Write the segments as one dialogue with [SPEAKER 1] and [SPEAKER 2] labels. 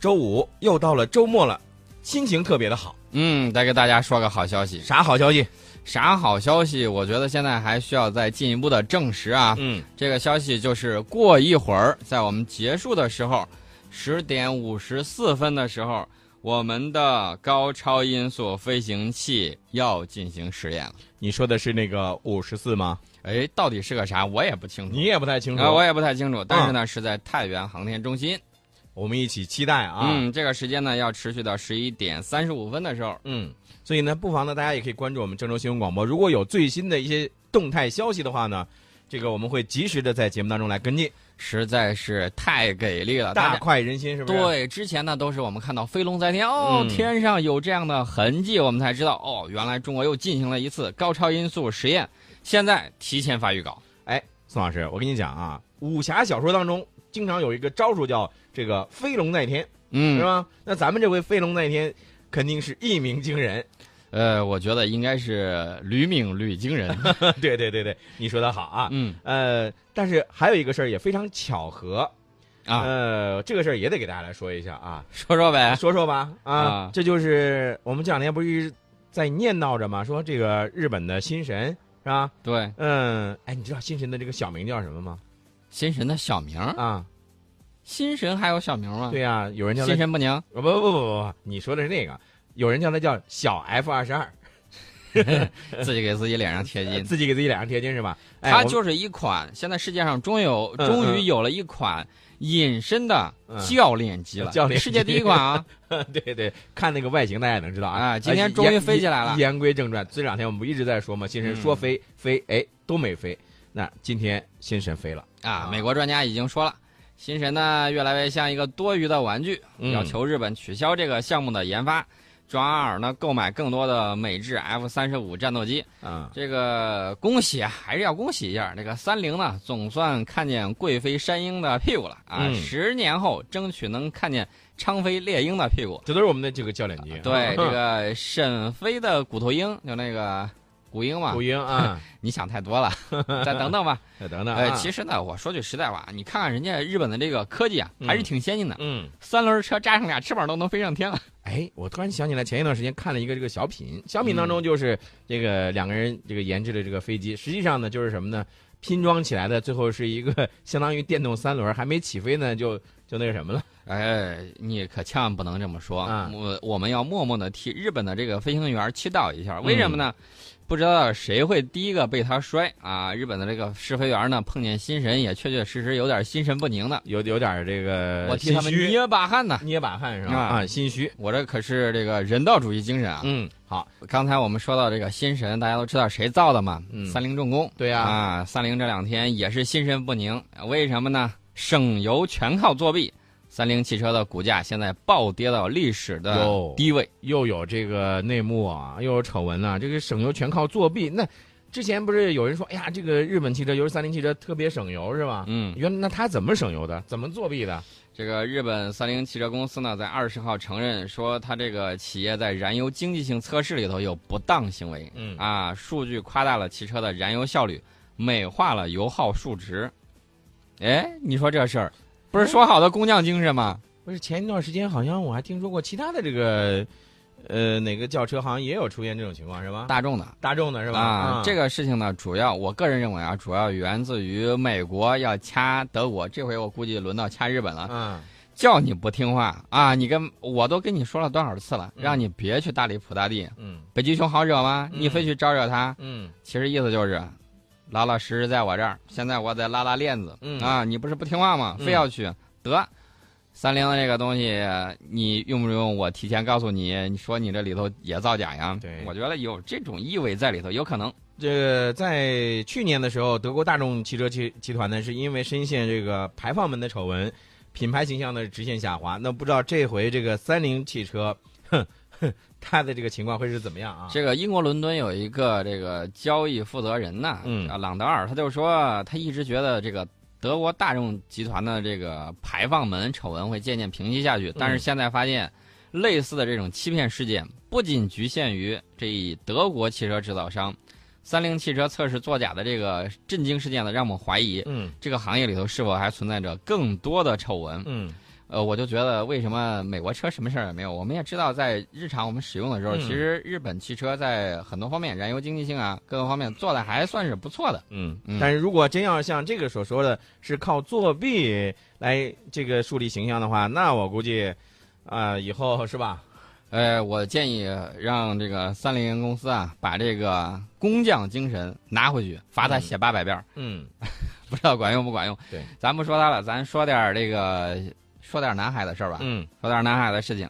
[SPEAKER 1] 周五又到了周末了，心情特别的好。
[SPEAKER 2] 嗯，再给大家说个好消息，
[SPEAKER 1] 啥好消息？
[SPEAKER 2] 啥好消息？我觉得现在还需要再进一步的证实啊。
[SPEAKER 1] 嗯，
[SPEAKER 2] 这个消息就是过一会儿，在我们结束的时候，十点五十四分的时候，我们的高超音速飞行器要进行实验了。
[SPEAKER 1] 你说的是那个五十四吗？
[SPEAKER 2] 哎，到底是个啥？我也不清楚。
[SPEAKER 1] 你也不太清楚。
[SPEAKER 2] 啊，我也不太清楚，但是呢，是在太原航天中心。
[SPEAKER 1] 我们一起期待啊。
[SPEAKER 2] 嗯，这个时间呢要持续到十一点三十五分的时候。
[SPEAKER 1] 嗯，所以呢，不妨呢，大家也可以关注我们郑州新闻广播，如果有最新的一些动态消息的话呢，这个我们会及时的在节目当中来跟进。
[SPEAKER 2] 实在是太给力了，
[SPEAKER 1] 大
[SPEAKER 2] 家
[SPEAKER 1] 快人心是不是？，
[SPEAKER 2] 啊对，之前呢都是我们看到飞龙在天，哦，
[SPEAKER 1] 嗯
[SPEAKER 2] 天上有这样的痕迹，我们才知道哦，原来中国又进行了一次高超音速实验。现在提前发预告，
[SPEAKER 1] 哎，宋老师，我跟你讲啊，武侠小说当中经常有一个招数叫这个飞龙在天，是
[SPEAKER 2] 嗯，
[SPEAKER 1] 吧？那咱们这回飞龙在天，肯定是一鸣惊人。
[SPEAKER 2] 呃，我觉得应该是吕敏吕惊人，啊
[SPEAKER 1] 对对对对，你说的好啊。
[SPEAKER 2] 嗯
[SPEAKER 1] 呃，但是还有一个事儿也非常巧合，
[SPEAKER 2] 啊，
[SPEAKER 1] 呃，这个事儿也得给大家来说一下啊，
[SPEAKER 2] 说说呗，
[SPEAKER 1] 说说吧啊，
[SPEAKER 2] 啊
[SPEAKER 1] 这就是我们这两天不是一直在念叨着吗？说这个日本的新神是吧？
[SPEAKER 2] 对，
[SPEAKER 1] 嗯，哎，你知道新神的这个小名叫什么吗？
[SPEAKER 2] 新神的小名儿，
[SPEAKER 1] 啊，
[SPEAKER 2] 新神还有小名吗？
[SPEAKER 1] 对，呀、有人叫他
[SPEAKER 2] 啊心神不宁，
[SPEAKER 1] 不不不不不，你说的是那个，有人叫他叫小 F 二十二，
[SPEAKER 2] 自己给自己脸上贴金。
[SPEAKER 1] 自己给自己脸上贴金是吧？ 哎，
[SPEAKER 2] 它
[SPEAKER 1] 我
[SPEAKER 2] 嗯就是一款，现在世界上终有
[SPEAKER 1] 嗯
[SPEAKER 2] 终于有了一款隐身的
[SPEAKER 1] 嗯
[SPEAKER 2] 教练机了，
[SPEAKER 1] 教练机
[SPEAKER 2] 世界第一 款啊！
[SPEAKER 1] 对对，看那个外形大家也能知道啊。
[SPEAKER 2] 啊今天终于飞起来了嗯
[SPEAKER 1] 呃言言归正传，这两天我们不一直在说吗？新神说飞、飞，哎，都没飞。那今天新神飞了，
[SPEAKER 2] 啊
[SPEAKER 1] 啊，
[SPEAKER 2] 美国专家已经说了，新神呢越来越像一个多余的玩具，
[SPEAKER 1] 嗯
[SPEAKER 2] 要求日本取消这个项目的研发，转而呢购买更多的美制 F 三十五战斗机。
[SPEAKER 1] 啊、
[SPEAKER 2] 这个恭喜啊，还是要恭喜一下，这个三菱呢总算看见贵妃山鹰的屁股了啊！
[SPEAKER 1] 嗯
[SPEAKER 2] 十年后争取能看见昌妃猎鹰的屁股。
[SPEAKER 1] 这都是我们的这个教练机。
[SPEAKER 2] 啊对，这
[SPEAKER 1] 嗯
[SPEAKER 2] 个沈飞的骨头鹰，就那个骨鹰嘛
[SPEAKER 1] 古，英啊，
[SPEAKER 2] 你想太多了，再等等吧。
[SPEAKER 1] 再等等啊。
[SPEAKER 2] 呃，其实呢，我说句实在话，你看看人家日本的这个科技啊，
[SPEAKER 1] 嗯
[SPEAKER 2] 还是挺先进的，
[SPEAKER 1] 嗯，
[SPEAKER 2] 三轮车扎上俩翅膀都能飞上天了。
[SPEAKER 1] 哎，我突然想起来，前一段时间看了一个这个小品，小品当
[SPEAKER 2] 嗯
[SPEAKER 1] 中就是这个两个人这个研制的这个飞机，实际上呢就是什么呢？拼装起来的，最后是一个相当于电动三轮，还没起飞呢，就就那个什么了。
[SPEAKER 2] 哎，你可千万不能这么说，
[SPEAKER 1] 啊
[SPEAKER 2] 我我们要默默的替日本的这个飞行员祈祷一下，为什么呢？不知道谁会第一个被他摔啊！日本的这个试飞员呢，碰见新神也确确实实有点心神不宁的，呃
[SPEAKER 1] 有有点这个
[SPEAKER 2] 我替
[SPEAKER 1] 心
[SPEAKER 2] 他们
[SPEAKER 1] 虚，
[SPEAKER 2] 捏把汗 呢。
[SPEAKER 1] 捏把汗是吧？
[SPEAKER 2] 啊
[SPEAKER 1] 啊，心虚。
[SPEAKER 2] 我这可是这个人道主义精神啊！
[SPEAKER 1] 嗯，好，
[SPEAKER 2] 刚才我们说到这个新神，大家都知道谁造的嘛？
[SPEAKER 1] 嗯
[SPEAKER 2] 三菱重工。
[SPEAKER 1] 对呀、
[SPEAKER 2] 啊，三菱这两天也是心神不宁，为什么呢？省油全靠作弊。三菱汽车的股价现在暴跌到历史的
[SPEAKER 1] 哟
[SPEAKER 2] 低位，
[SPEAKER 1] 又有这个内幕啊，又有丑闻呐、这个省油全靠作弊。那之前不是有人说，哎呀，这个日本汽车，尤其三菱汽车特别省油是吧？
[SPEAKER 2] 嗯，
[SPEAKER 1] 原来那他怎么省油的？怎么作弊的？
[SPEAKER 2] 这个日本三菱汽车公司呢，在二十号承认说，它这个企业在燃油经济性测试里头有不当行为，
[SPEAKER 1] 嗯
[SPEAKER 2] 啊，数据夸大了汽车的燃油效率，美化了油耗数值。哎，你说这事儿，不
[SPEAKER 1] 嗯
[SPEAKER 2] 是说好的工匠精神吗？
[SPEAKER 1] 不是前一段时间好像我还听说过其他的这个，呃，哪个轿车好像也有出现这种情况是吧？大
[SPEAKER 2] 大众的，
[SPEAKER 1] 大众的是吧？嗯
[SPEAKER 2] 啊，这
[SPEAKER 1] 个
[SPEAKER 2] 个事情呢，主要我个人认为啊，主要源自于美国要掐德国，这回我估计轮到掐日本了，
[SPEAKER 1] 嗯
[SPEAKER 2] 叫你不听话啊！你跟我都跟你说了多少次了，
[SPEAKER 1] 嗯
[SPEAKER 2] 让你别去大理普大帝，
[SPEAKER 1] 嗯
[SPEAKER 2] 北极熊好惹吗？
[SPEAKER 1] 嗯
[SPEAKER 2] 你非去招惹它，
[SPEAKER 1] 嗯
[SPEAKER 2] 其实意思就是，老老实实在我这儿，现在我得拉拉链子
[SPEAKER 1] 嗯
[SPEAKER 2] 啊！你不是不听话吗？
[SPEAKER 1] 嗯
[SPEAKER 2] 非要去得。三菱的这个东西，你用不用我提前告诉你？你说你这里头也造假呀？
[SPEAKER 1] 对
[SPEAKER 2] 我觉得有这种意味在里头，有可能。
[SPEAKER 1] 这个在去年的时候，德国大众汽车集集团呢，是因为深陷这个排放门的丑闻，品牌形象呢直线下滑。那不知道这回这个三菱汽车，哼哼，它的这个情况会是怎么样啊？
[SPEAKER 2] 这个英国伦敦有一个这个交易负责人呐，
[SPEAKER 1] 嗯
[SPEAKER 2] 啊，朗德尔，他就说他一直觉得这个德国大众集团的这个排放门丑闻会渐渐平息下
[SPEAKER 1] 嗯
[SPEAKER 2] 去，但是现在发现，类似的这种欺骗事件不仅局限于这一德国汽车制造商。三菱汽车测试作假的这个震惊事件呢，让我们怀疑
[SPEAKER 1] 嗯
[SPEAKER 2] 这个行业里头是否还存在着更多的丑闻。
[SPEAKER 1] 嗯
[SPEAKER 2] 呃，我就觉得为什么美国车什么事儿也没有？我们也知道，在日常我们使用的时候，
[SPEAKER 1] 嗯
[SPEAKER 2] 其实日本汽车在很多方面，燃油经济性啊，各个方面做的还算是不错的。
[SPEAKER 1] 嗯
[SPEAKER 2] 嗯，
[SPEAKER 1] 但是如果真要像这个所说的是靠作弊来这个树立形象的话，那我估计，啊、以后是吧？
[SPEAKER 2] 呃，我建议让这个三菱公司啊，把这个工匠精神拿回去，罚他写八百遍儿，
[SPEAKER 1] 嗯，
[SPEAKER 2] 不知道管用不管用。
[SPEAKER 1] 对，
[SPEAKER 2] 咱不说他了，咱说点儿这个，说点儿南海的事儿吧。
[SPEAKER 1] 嗯
[SPEAKER 2] 说点儿南海的事情。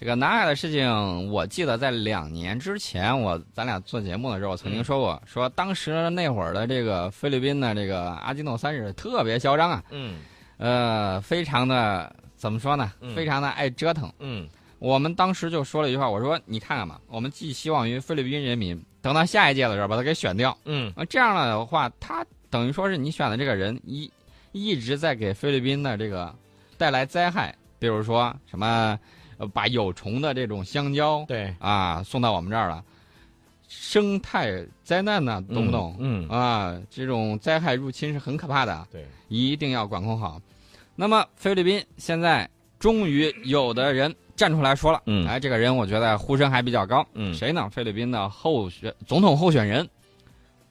[SPEAKER 2] 这个南海的事情，我记得在两年之前，我咱俩做节目的时候，我曾经说过，说当时那会儿的这个菲律宾的这个阿基诺三世特别嚣张啊，
[SPEAKER 1] 嗯
[SPEAKER 2] 呃，非常的怎么说呢
[SPEAKER 1] 嗯，
[SPEAKER 2] 非常的爱折腾。
[SPEAKER 1] 嗯
[SPEAKER 2] 我们当时就说了一句话，我说你看看吧，我们寄希望于菲律宾人民，等到下一届的时候把他给选掉。
[SPEAKER 1] 嗯
[SPEAKER 2] 那呃这样的话，他等于说是你选的这个人一一直在给菲律宾的这个带来灾害，比如说什么呃把有虫的这种香蕉
[SPEAKER 1] 对，
[SPEAKER 2] 啊送到我们这儿了，生态灾难呢，懂不懂？
[SPEAKER 1] 嗯，嗯
[SPEAKER 2] 啊，这种灾害入侵是很可怕的，
[SPEAKER 1] 对，
[SPEAKER 2] 一定要管控好。那么菲律宾现在终于有的人站出来说了，
[SPEAKER 1] 嗯
[SPEAKER 2] 哎，这个人我觉得呼声还比较高，
[SPEAKER 1] 嗯
[SPEAKER 2] 谁呢？菲律宾的候选总统候选人，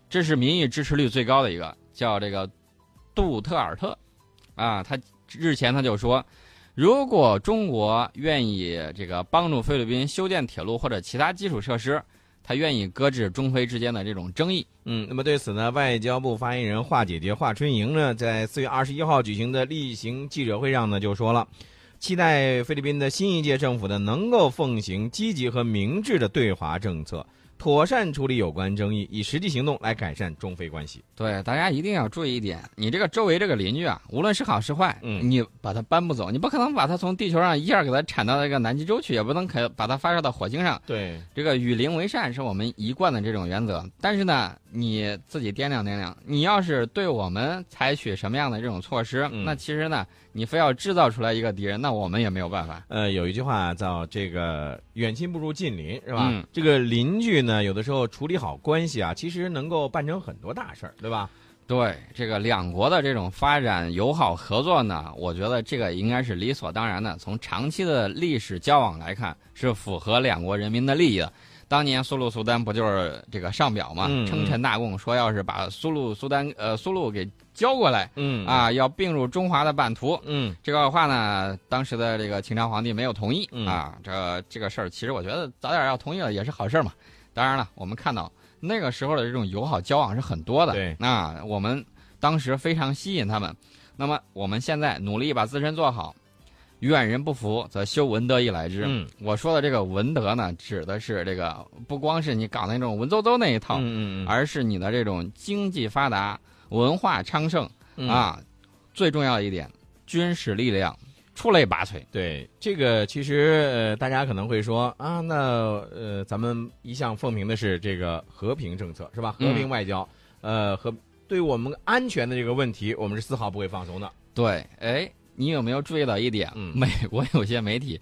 [SPEAKER 2] 这是民意支持率最高的一个，叫这个杜特尔特，啊，他日前他就说，如果中国愿意这个帮助菲律宾修建铁路或者其他基础设施，他愿意搁置中菲之间的这种争议。
[SPEAKER 1] 嗯，那么对此呢，外交部发言人华姐姐华春莹呢，在四月二十一号举行的例行记者会上呢，就说了，期待菲律宾的新一届政府呢，能够奉行积极和明智的对华政策，妥善处理有关争议，以实际行动来改善中非关系。
[SPEAKER 2] 对，大家一定要注意一点，你这个周围这个邻居啊，无论是好是坏，
[SPEAKER 1] 嗯
[SPEAKER 2] 你把他搬不走，你不可能把他从地球上一下给他铲到这个南极洲去，也不能可把他发射到火星上。
[SPEAKER 1] 对，
[SPEAKER 2] 这个与邻为善是我们一贯的这种原则，但是呢，你自己掂量掂量，你要是对我们采取什么样的这种措施，
[SPEAKER 1] 嗯
[SPEAKER 2] 那其实呢，你非要制造出来一个敌人，那我们也没有办法。
[SPEAKER 1] 呃，有一句话叫这个远亲不如近邻，是吧？
[SPEAKER 2] 嗯
[SPEAKER 1] 这个邻居呢，有的时候处理好关系啊，其实能够办成很多大事儿，对吧？
[SPEAKER 2] 对这个两国的这种发展友好合作呢，我觉得这个应该是理所当然的。从长期的历史交往来看，是符合两国人民的利益的。当年苏鲁苏丹不就是这个上表嘛，
[SPEAKER 1] 嗯
[SPEAKER 2] 称臣纳贡，说要是把苏鲁苏丹呃苏禄给交过来
[SPEAKER 1] 嗯啊，
[SPEAKER 2] 啊，要并入中华的版图。
[SPEAKER 1] 嗯
[SPEAKER 2] 这个话呢，当时的这个秦朝皇帝没有同意、
[SPEAKER 1] 嗯
[SPEAKER 2] 啊。这这个事儿，其实我觉得早点要同意了也是好事儿嘛。当然了，我们看到那个时候的这种友好交往是很多的，
[SPEAKER 1] 对
[SPEAKER 2] 那我们当时非常吸引他们。那么我们现在努力把自身做好，愿人不服则修文德以来之。
[SPEAKER 1] 嗯
[SPEAKER 2] 我说的这个文德呢，指的是这个不光是你搞那种文绉绉那一套，
[SPEAKER 1] 嗯嗯
[SPEAKER 2] 而是你的这种经济发达、文化昌盛。
[SPEAKER 1] 嗯，
[SPEAKER 2] 啊，最重要的一点，军事力量出类拔萃。
[SPEAKER 1] 对这个，其实呃，大家可能会说啊，那呃，咱们一向奉行的是这个和平政策，是吧？和平外交，呃，和对我们安全的这个问题，我们是丝毫不会放松的。
[SPEAKER 2] 对，哎，你有没有注意到一点？
[SPEAKER 1] 嗯
[SPEAKER 2] 美 国有些媒体。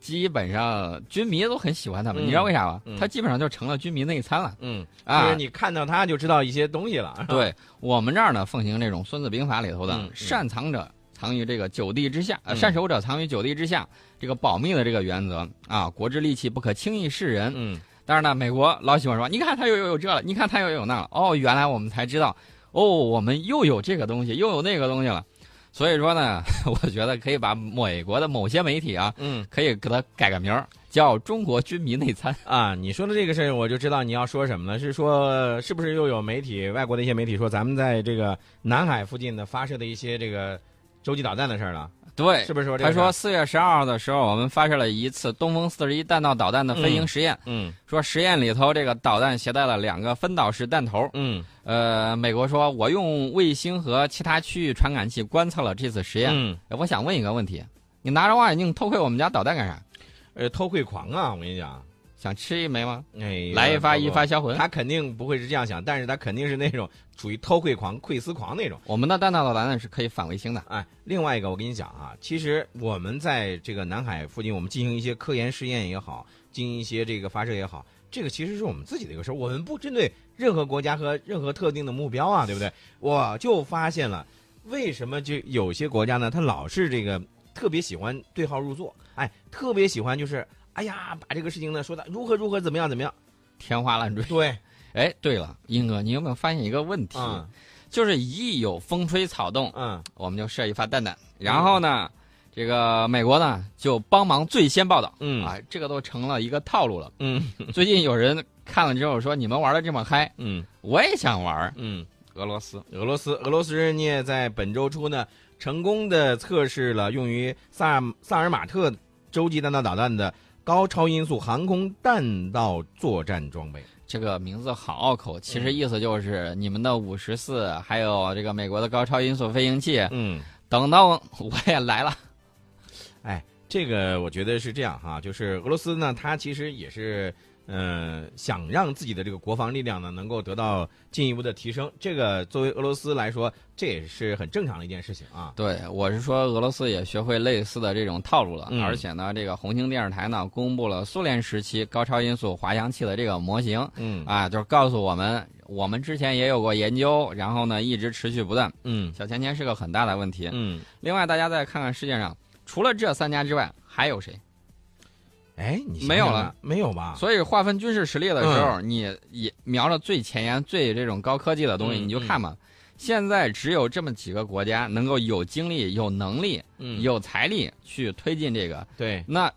[SPEAKER 2] 基本上军迷都很喜欢他
[SPEAKER 1] 嗯
[SPEAKER 2] 们，你知道为啥吗？
[SPEAKER 1] 嗯
[SPEAKER 2] 他基本上就成了军迷内参了
[SPEAKER 1] 嗯，就
[SPEAKER 2] 啊
[SPEAKER 1] 是！你看到他就知道一些东西了。
[SPEAKER 2] 对我们这儿呢，奉行这种《孙子兵法》里头的“
[SPEAKER 1] 嗯嗯
[SPEAKER 2] 擅藏者藏于这个九地之下，呃
[SPEAKER 1] 嗯
[SPEAKER 2] 善守者藏于九地之下”这个保密的这个原则啊，国之利器不可轻易示人。
[SPEAKER 1] 嗯
[SPEAKER 2] 但是呢，美国老喜欢说，你看他又有这了，你看他又有那了。哦，原来我们才知道，哦，我们又有这个东西，又有那个东西了。所以说呢， 我觉得可以把美国的某些媒体啊，
[SPEAKER 1] 嗯
[SPEAKER 2] 可以给它改个名儿，叫“中国军迷内参
[SPEAKER 1] 啊，你说的这个事儿，我就知道你要说什么了。是说是不是又有媒体，外国的一些媒体说咱们在这个南海附近的发射的一些这个洲际导弹的事儿了？”。
[SPEAKER 2] 对
[SPEAKER 1] 是，不是说这
[SPEAKER 2] 他
[SPEAKER 1] 个事儿？
[SPEAKER 2] 说四月十二号的时候，我们发射了一次东风四十一弹道导弹的飞行实验，
[SPEAKER 1] 嗯
[SPEAKER 2] 说实验里头这个导弹携带了两个分导式弹头，
[SPEAKER 1] 嗯
[SPEAKER 2] 呃，美国说，我用卫星和其他区域传感器观测了这次实验。
[SPEAKER 1] 嗯，
[SPEAKER 2] 哎我想问一个问题：你拿着望远镜偷窥我们家导弹干啥？
[SPEAKER 1] 呃，偷窥狂啊！我跟你讲，
[SPEAKER 2] 想吃一枚吗？
[SPEAKER 1] 哎，
[SPEAKER 2] 来一发
[SPEAKER 1] 不
[SPEAKER 2] 一发。销魂。
[SPEAKER 1] 他肯定不会是这样想，但是他肯定是那种属于偷窥狂、窥私狂那种。
[SPEAKER 2] 我们的弹道导弹呢是可以反卫星的。
[SPEAKER 1] 哎，另外一个，我跟你讲啊，其实我们在这个南海附近，我们进行一些科研试验也好，进行一些这个发射也好，这个其实是我们自己的一个事儿，我们不针对任何国家和任何特定的目标啊，对不对？我就发现了，为什么就有些国家呢，它老是这个。特别喜欢对号入座，哎，特别喜欢就是哎呀，把这个事情呢说的如何如何怎么样怎么样，
[SPEAKER 2] 天花乱坠。
[SPEAKER 1] 对，
[SPEAKER 2] 哎，对了，英哥，你有没有发现一个问题？
[SPEAKER 1] 嗯
[SPEAKER 2] 就是一有风吹草动，
[SPEAKER 1] 嗯，
[SPEAKER 2] 我们就射一发弹弹。然后呢，这个美国呢就帮忙最先报道。
[SPEAKER 1] 嗯
[SPEAKER 2] 啊，这个都成了一个套路了。
[SPEAKER 1] 嗯
[SPEAKER 2] 最近有人看了之后说：“你们玩的这么嗨，
[SPEAKER 1] 嗯
[SPEAKER 2] 我也想玩儿。
[SPEAKER 1] 嗯，”
[SPEAKER 2] 俄罗斯
[SPEAKER 1] 俄罗斯俄罗斯人也在本周初呢，成功的测试了用于萨尔萨尔马特洲际弹道导弹的高超音速航空弹道作战装备。
[SPEAKER 2] 这个名字好拗口，其实意思就是你们的五十四，还有这个美国的高超音速飞行器，
[SPEAKER 1] 嗯，
[SPEAKER 2] 等到我也来了。
[SPEAKER 1] 这个我觉得是这样哈，就是俄罗斯呢，它其实也是。呃，想让自己的这个国防力量呢，能够得到进一步的提升，这个作为俄罗斯来说，这也是很正常的一件事情啊。
[SPEAKER 2] 对，我是说俄罗斯也学会类似的这种套路了，
[SPEAKER 1] 嗯
[SPEAKER 2] 而且呢，这个红星电视台呢公布了苏联时期高超音速滑翔器的这个模型
[SPEAKER 1] 嗯
[SPEAKER 2] 啊，就是告诉我们，我们之前也有过研究，然后呢一直持续不断。
[SPEAKER 1] 嗯
[SPEAKER 2] 小钱钱是个很大的问题。
[SPEAKER 1] 嗯，
[SPEAKER 2] 另外，大家再看看世界上除了这三家之外还有谁？
[SPEAKER 1] 哎，你
[SPEAKER 2] 没有
[SPEAKER 1] 想想
[SPEAKER 2] 了，
[SPEAKER 1] 没有吧？
[SPEAKER 2] 所以划分军事实力的时候，
[SPEAKER 1] 嗯
[SPEAKER 2] 你也瞄着最前沿、最这种高科技的东西，
[SPEAKER 1] 嗯
[SPEAKER 2] 你就看吧。现在只有这么几个国家能够有精力、有能力、
[SPEAKER 1] 嗯，
[SPEAKER 2] 有哎财力去推进这个。
[SPEAKER 1] 对，
[SPEAKER 2] 那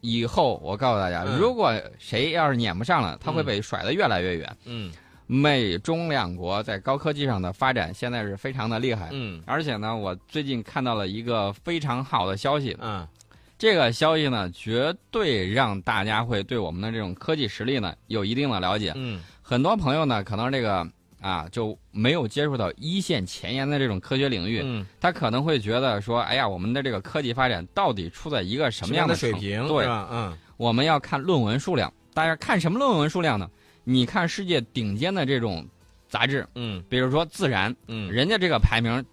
[SPEAKER 2] 以后我告诉大家，
[SPEAKER 1] 嗯
[SPEAKER 2] 如果谁要是撵不上了，他会
[SPEAKER 1] 嗯
[SPEAKER 2] 被甩得越来越远。
[SPEAKER 1] 嗯
[SPEAKER 2] 美中两国在高科技上的发展现在是非常的厉害。
[SPEAKER 1] 嗯
[SPEAKER 2] 而且呢，我最近看到了一个非常好的消息，
[SPEAKER 1] 嗯
[SPEAKER 2] 这个消息呢，绝对让大家会对我们的这种科技实力呢有一定的了解。
[SPEAKER 1] 嗯
[SPEAKER 2] 很多朋友呢，可能这个啊就没有接触到一线前沿的这种科学领域，
[SPEAKER 1] 嗯，
[SPEAKER 2] 他可能会觉得说，哎呀，我们的这个科技发展到底处在一个什么样
[SPEAKER 1] 的
[SPEAKER 2] 程
[SPEAKER 1] 水平？
[SPEAKER 2] 对
[SPEAKER 1] 是，吧？嗯
[SPEAKER 2] 我们要看论文数量。大家看什么论文数量呢？你看世界顶尖的这种杂志，
[SPEAKER 1] 嗯
[SPEAKER 2] 比如说《自然》，
[SPEAKER 1] 嗯，
[SPEAKER 2] 人家这个排名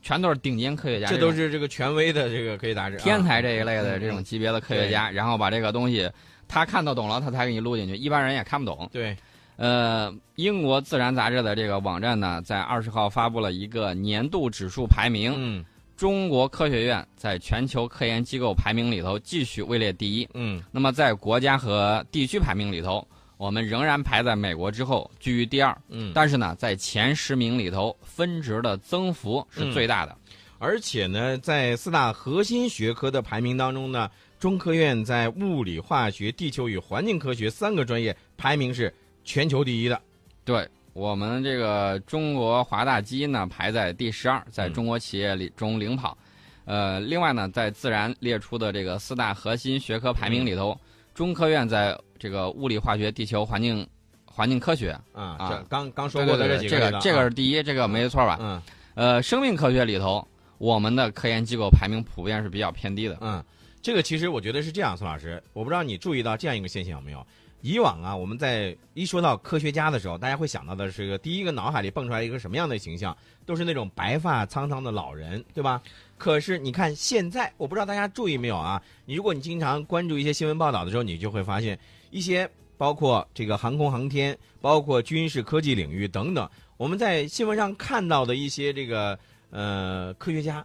[SPEAKER 2] 全都是顶尖科学家，
[SPEAKER 1] 这
[SPEAKER 2] 种
[SPEAKER 1] 都是这个权威的这个可以杂志，
[SPEAKER 2] 天才
[SPEAKER 1] 啊
[SPEAKER 2] 这一类的
[SPEAKER 1] 嗯
[SPEAKER 2] 这种
[SPEAKER 1] 嗯
[SPEAKER 2] 级别的科学家，然后把这个东西他看得懂了，他才给你录进去，一般人也看不懂。
[SPEAKER 1] 对，
[SPEAKER 2] 呃，英国《自然》杂志的这个网站呢，在二十号发布了一个年度指数排名，
[SPEAKER 1] 嗯
[SPEAKER 2] 中国科学院在全球科研机构排名里头继续位列第一。
[SPEAKER 1] 嗯
[SPEAKER 2] 那么在国家和地区排名里头，我们仍然排在美国之后，居于第二。
[SPEAKER 1] 嗯，
[SPEAKER 2] 但是呢，在前十名里头，分值的增幅
[SPEAKER 1] 嗯
[SPEAKER 2] 是最大的。
[SPEAKER 1] 而且呢，在四大核心学科的排名当中呢，中科院在物理、化学、地球与环境科学三个专业排名是全球第一的。
[SPEAKER 2] 对我们这个中国华大基因呢排在第十二，在
[SPEAKER 1] 嗯
[SPEAKER 2] 中国企业里中领跑。呃，另外呢，在自然列出的这个四大核心学科排名里
[SPEAKER 1] 嗯
[SPEAKER 2] 头，中科院在这个物理、化学、地球、环境、环境科学
[SPEAKER 1] 啊，
[SPEAKER 2] 啊
[SPEAKER 1] 这刚刚说过的
[SPEAKER 2] 对对
[SPEAKER 1] 几
[SPEAKER 2] 对
[SPEAKER 1] 个
[SPEAKER 2] 这
[SPEAKER 1] 里
[SPEAKER 2] 个
[SPEAKER 1] 头啊，
[SPEAKER 2] 这个是第一，这个没错吧？
[SPEAKER 1] 嗯
[SPEAKER 2] 呃，生命科学里头，我们的科研机构排名普遍是比较偏低的。
[SPEAKER 1] 嗯，这个其实我觉得是这样，宋老师，我不知道你注意到这样一个现象没有？以往啊，我们在一说到科学家的时候，大家会想到的是个第一个脑海里蹦出来一个什么样的形象，都是那种白发苍苍的老人，对吧？可是你看现在，我不知道大家注意没有啊？你如果你经常关注一些新闻报道的时候，你就会发现一些包括这个航空航天、包括军事科技领域等等，我们在新闻上看到的一些这个呃科学家，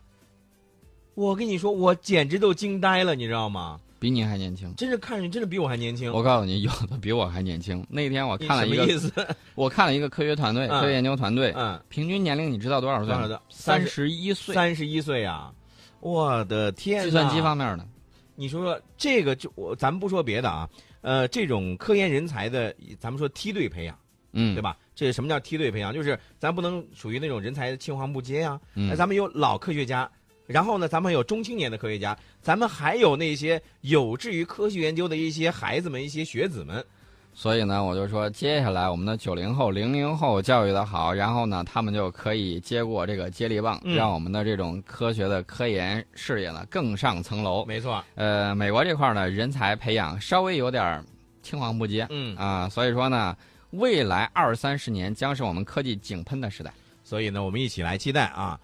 [SPEAKER 1] 我跟你说，我简直都惊呆了，你知道吗？
[SPEAKER 2] 比你还年轻。
[SPEAKER 1] 真是看着真的比我还年轻。
[SPEAKER 2] 我告诉你，有的比我还年轻。那天我
[SPEAKER 1] 嗯你
[SPEAKER 2] 看了一
[SPEAKER 1] 什么意
[SPEAKER 2] 个，
[SPEAKER 1] 思？
[SPEAKER 2] 我看了一个科学团队，
[SPEAKER 1] 嗯
[SPEAKER 2] 科学研究团队，
[SPEAKER 1] 嗯，
[SPEAKER 2] 平均年龄你知道多少岁
[SPEAKER 1] 多
[SPEAKER 2] 吗？
[SPEAKER 1] 少的？
[SPEAKER 2] 三十一岁，
[SPEAKER 1] 三十一岁啊！我的天呐！
[SPEAKER 2] 计算机方面的，
[SPEAKER 1] 你说说这个就我，咱们不说别的啊，呃，这种科研人才的，咱们说梯队培养，
[SPEAKER 2] 嗯，
[SPEAKER 1] 对
[SPEAKER 2] 吧？
[SPEAKER 1] 吧？这什么叫梯队培养？就是咱不能属于那种人才青黄不接啊。那
[SPEAKER 2] 嗯，
[SPEAKER 1] 咱们有老科学家，然后呢，咱们有中青年的科学家，咱们还有那些有志于科学研究的一些孩子们、一些学子们。
[SPEAKER 2] 所以呢，我就说，接下来我们的九零后、零零后教育的好，然后呢，他们就可以接过这个接力棒，
[SPEAKER 1] 嗯
[SPEAKER 2] 让我们的这种科学的科研事业呢更上层楼。
[SPEAKER 1] 没错，
[SPEAKER 2] 呃，美国这块呢，人才培养稍微有点儿青黄不接
[SPEAKER 1] 嗯。
[SPEAKER 2] 啊，所以说呢，未来二三十年将是我们科技井喷的时代。
[SPEAKER 1] 所以呢，我们一起来期待啊。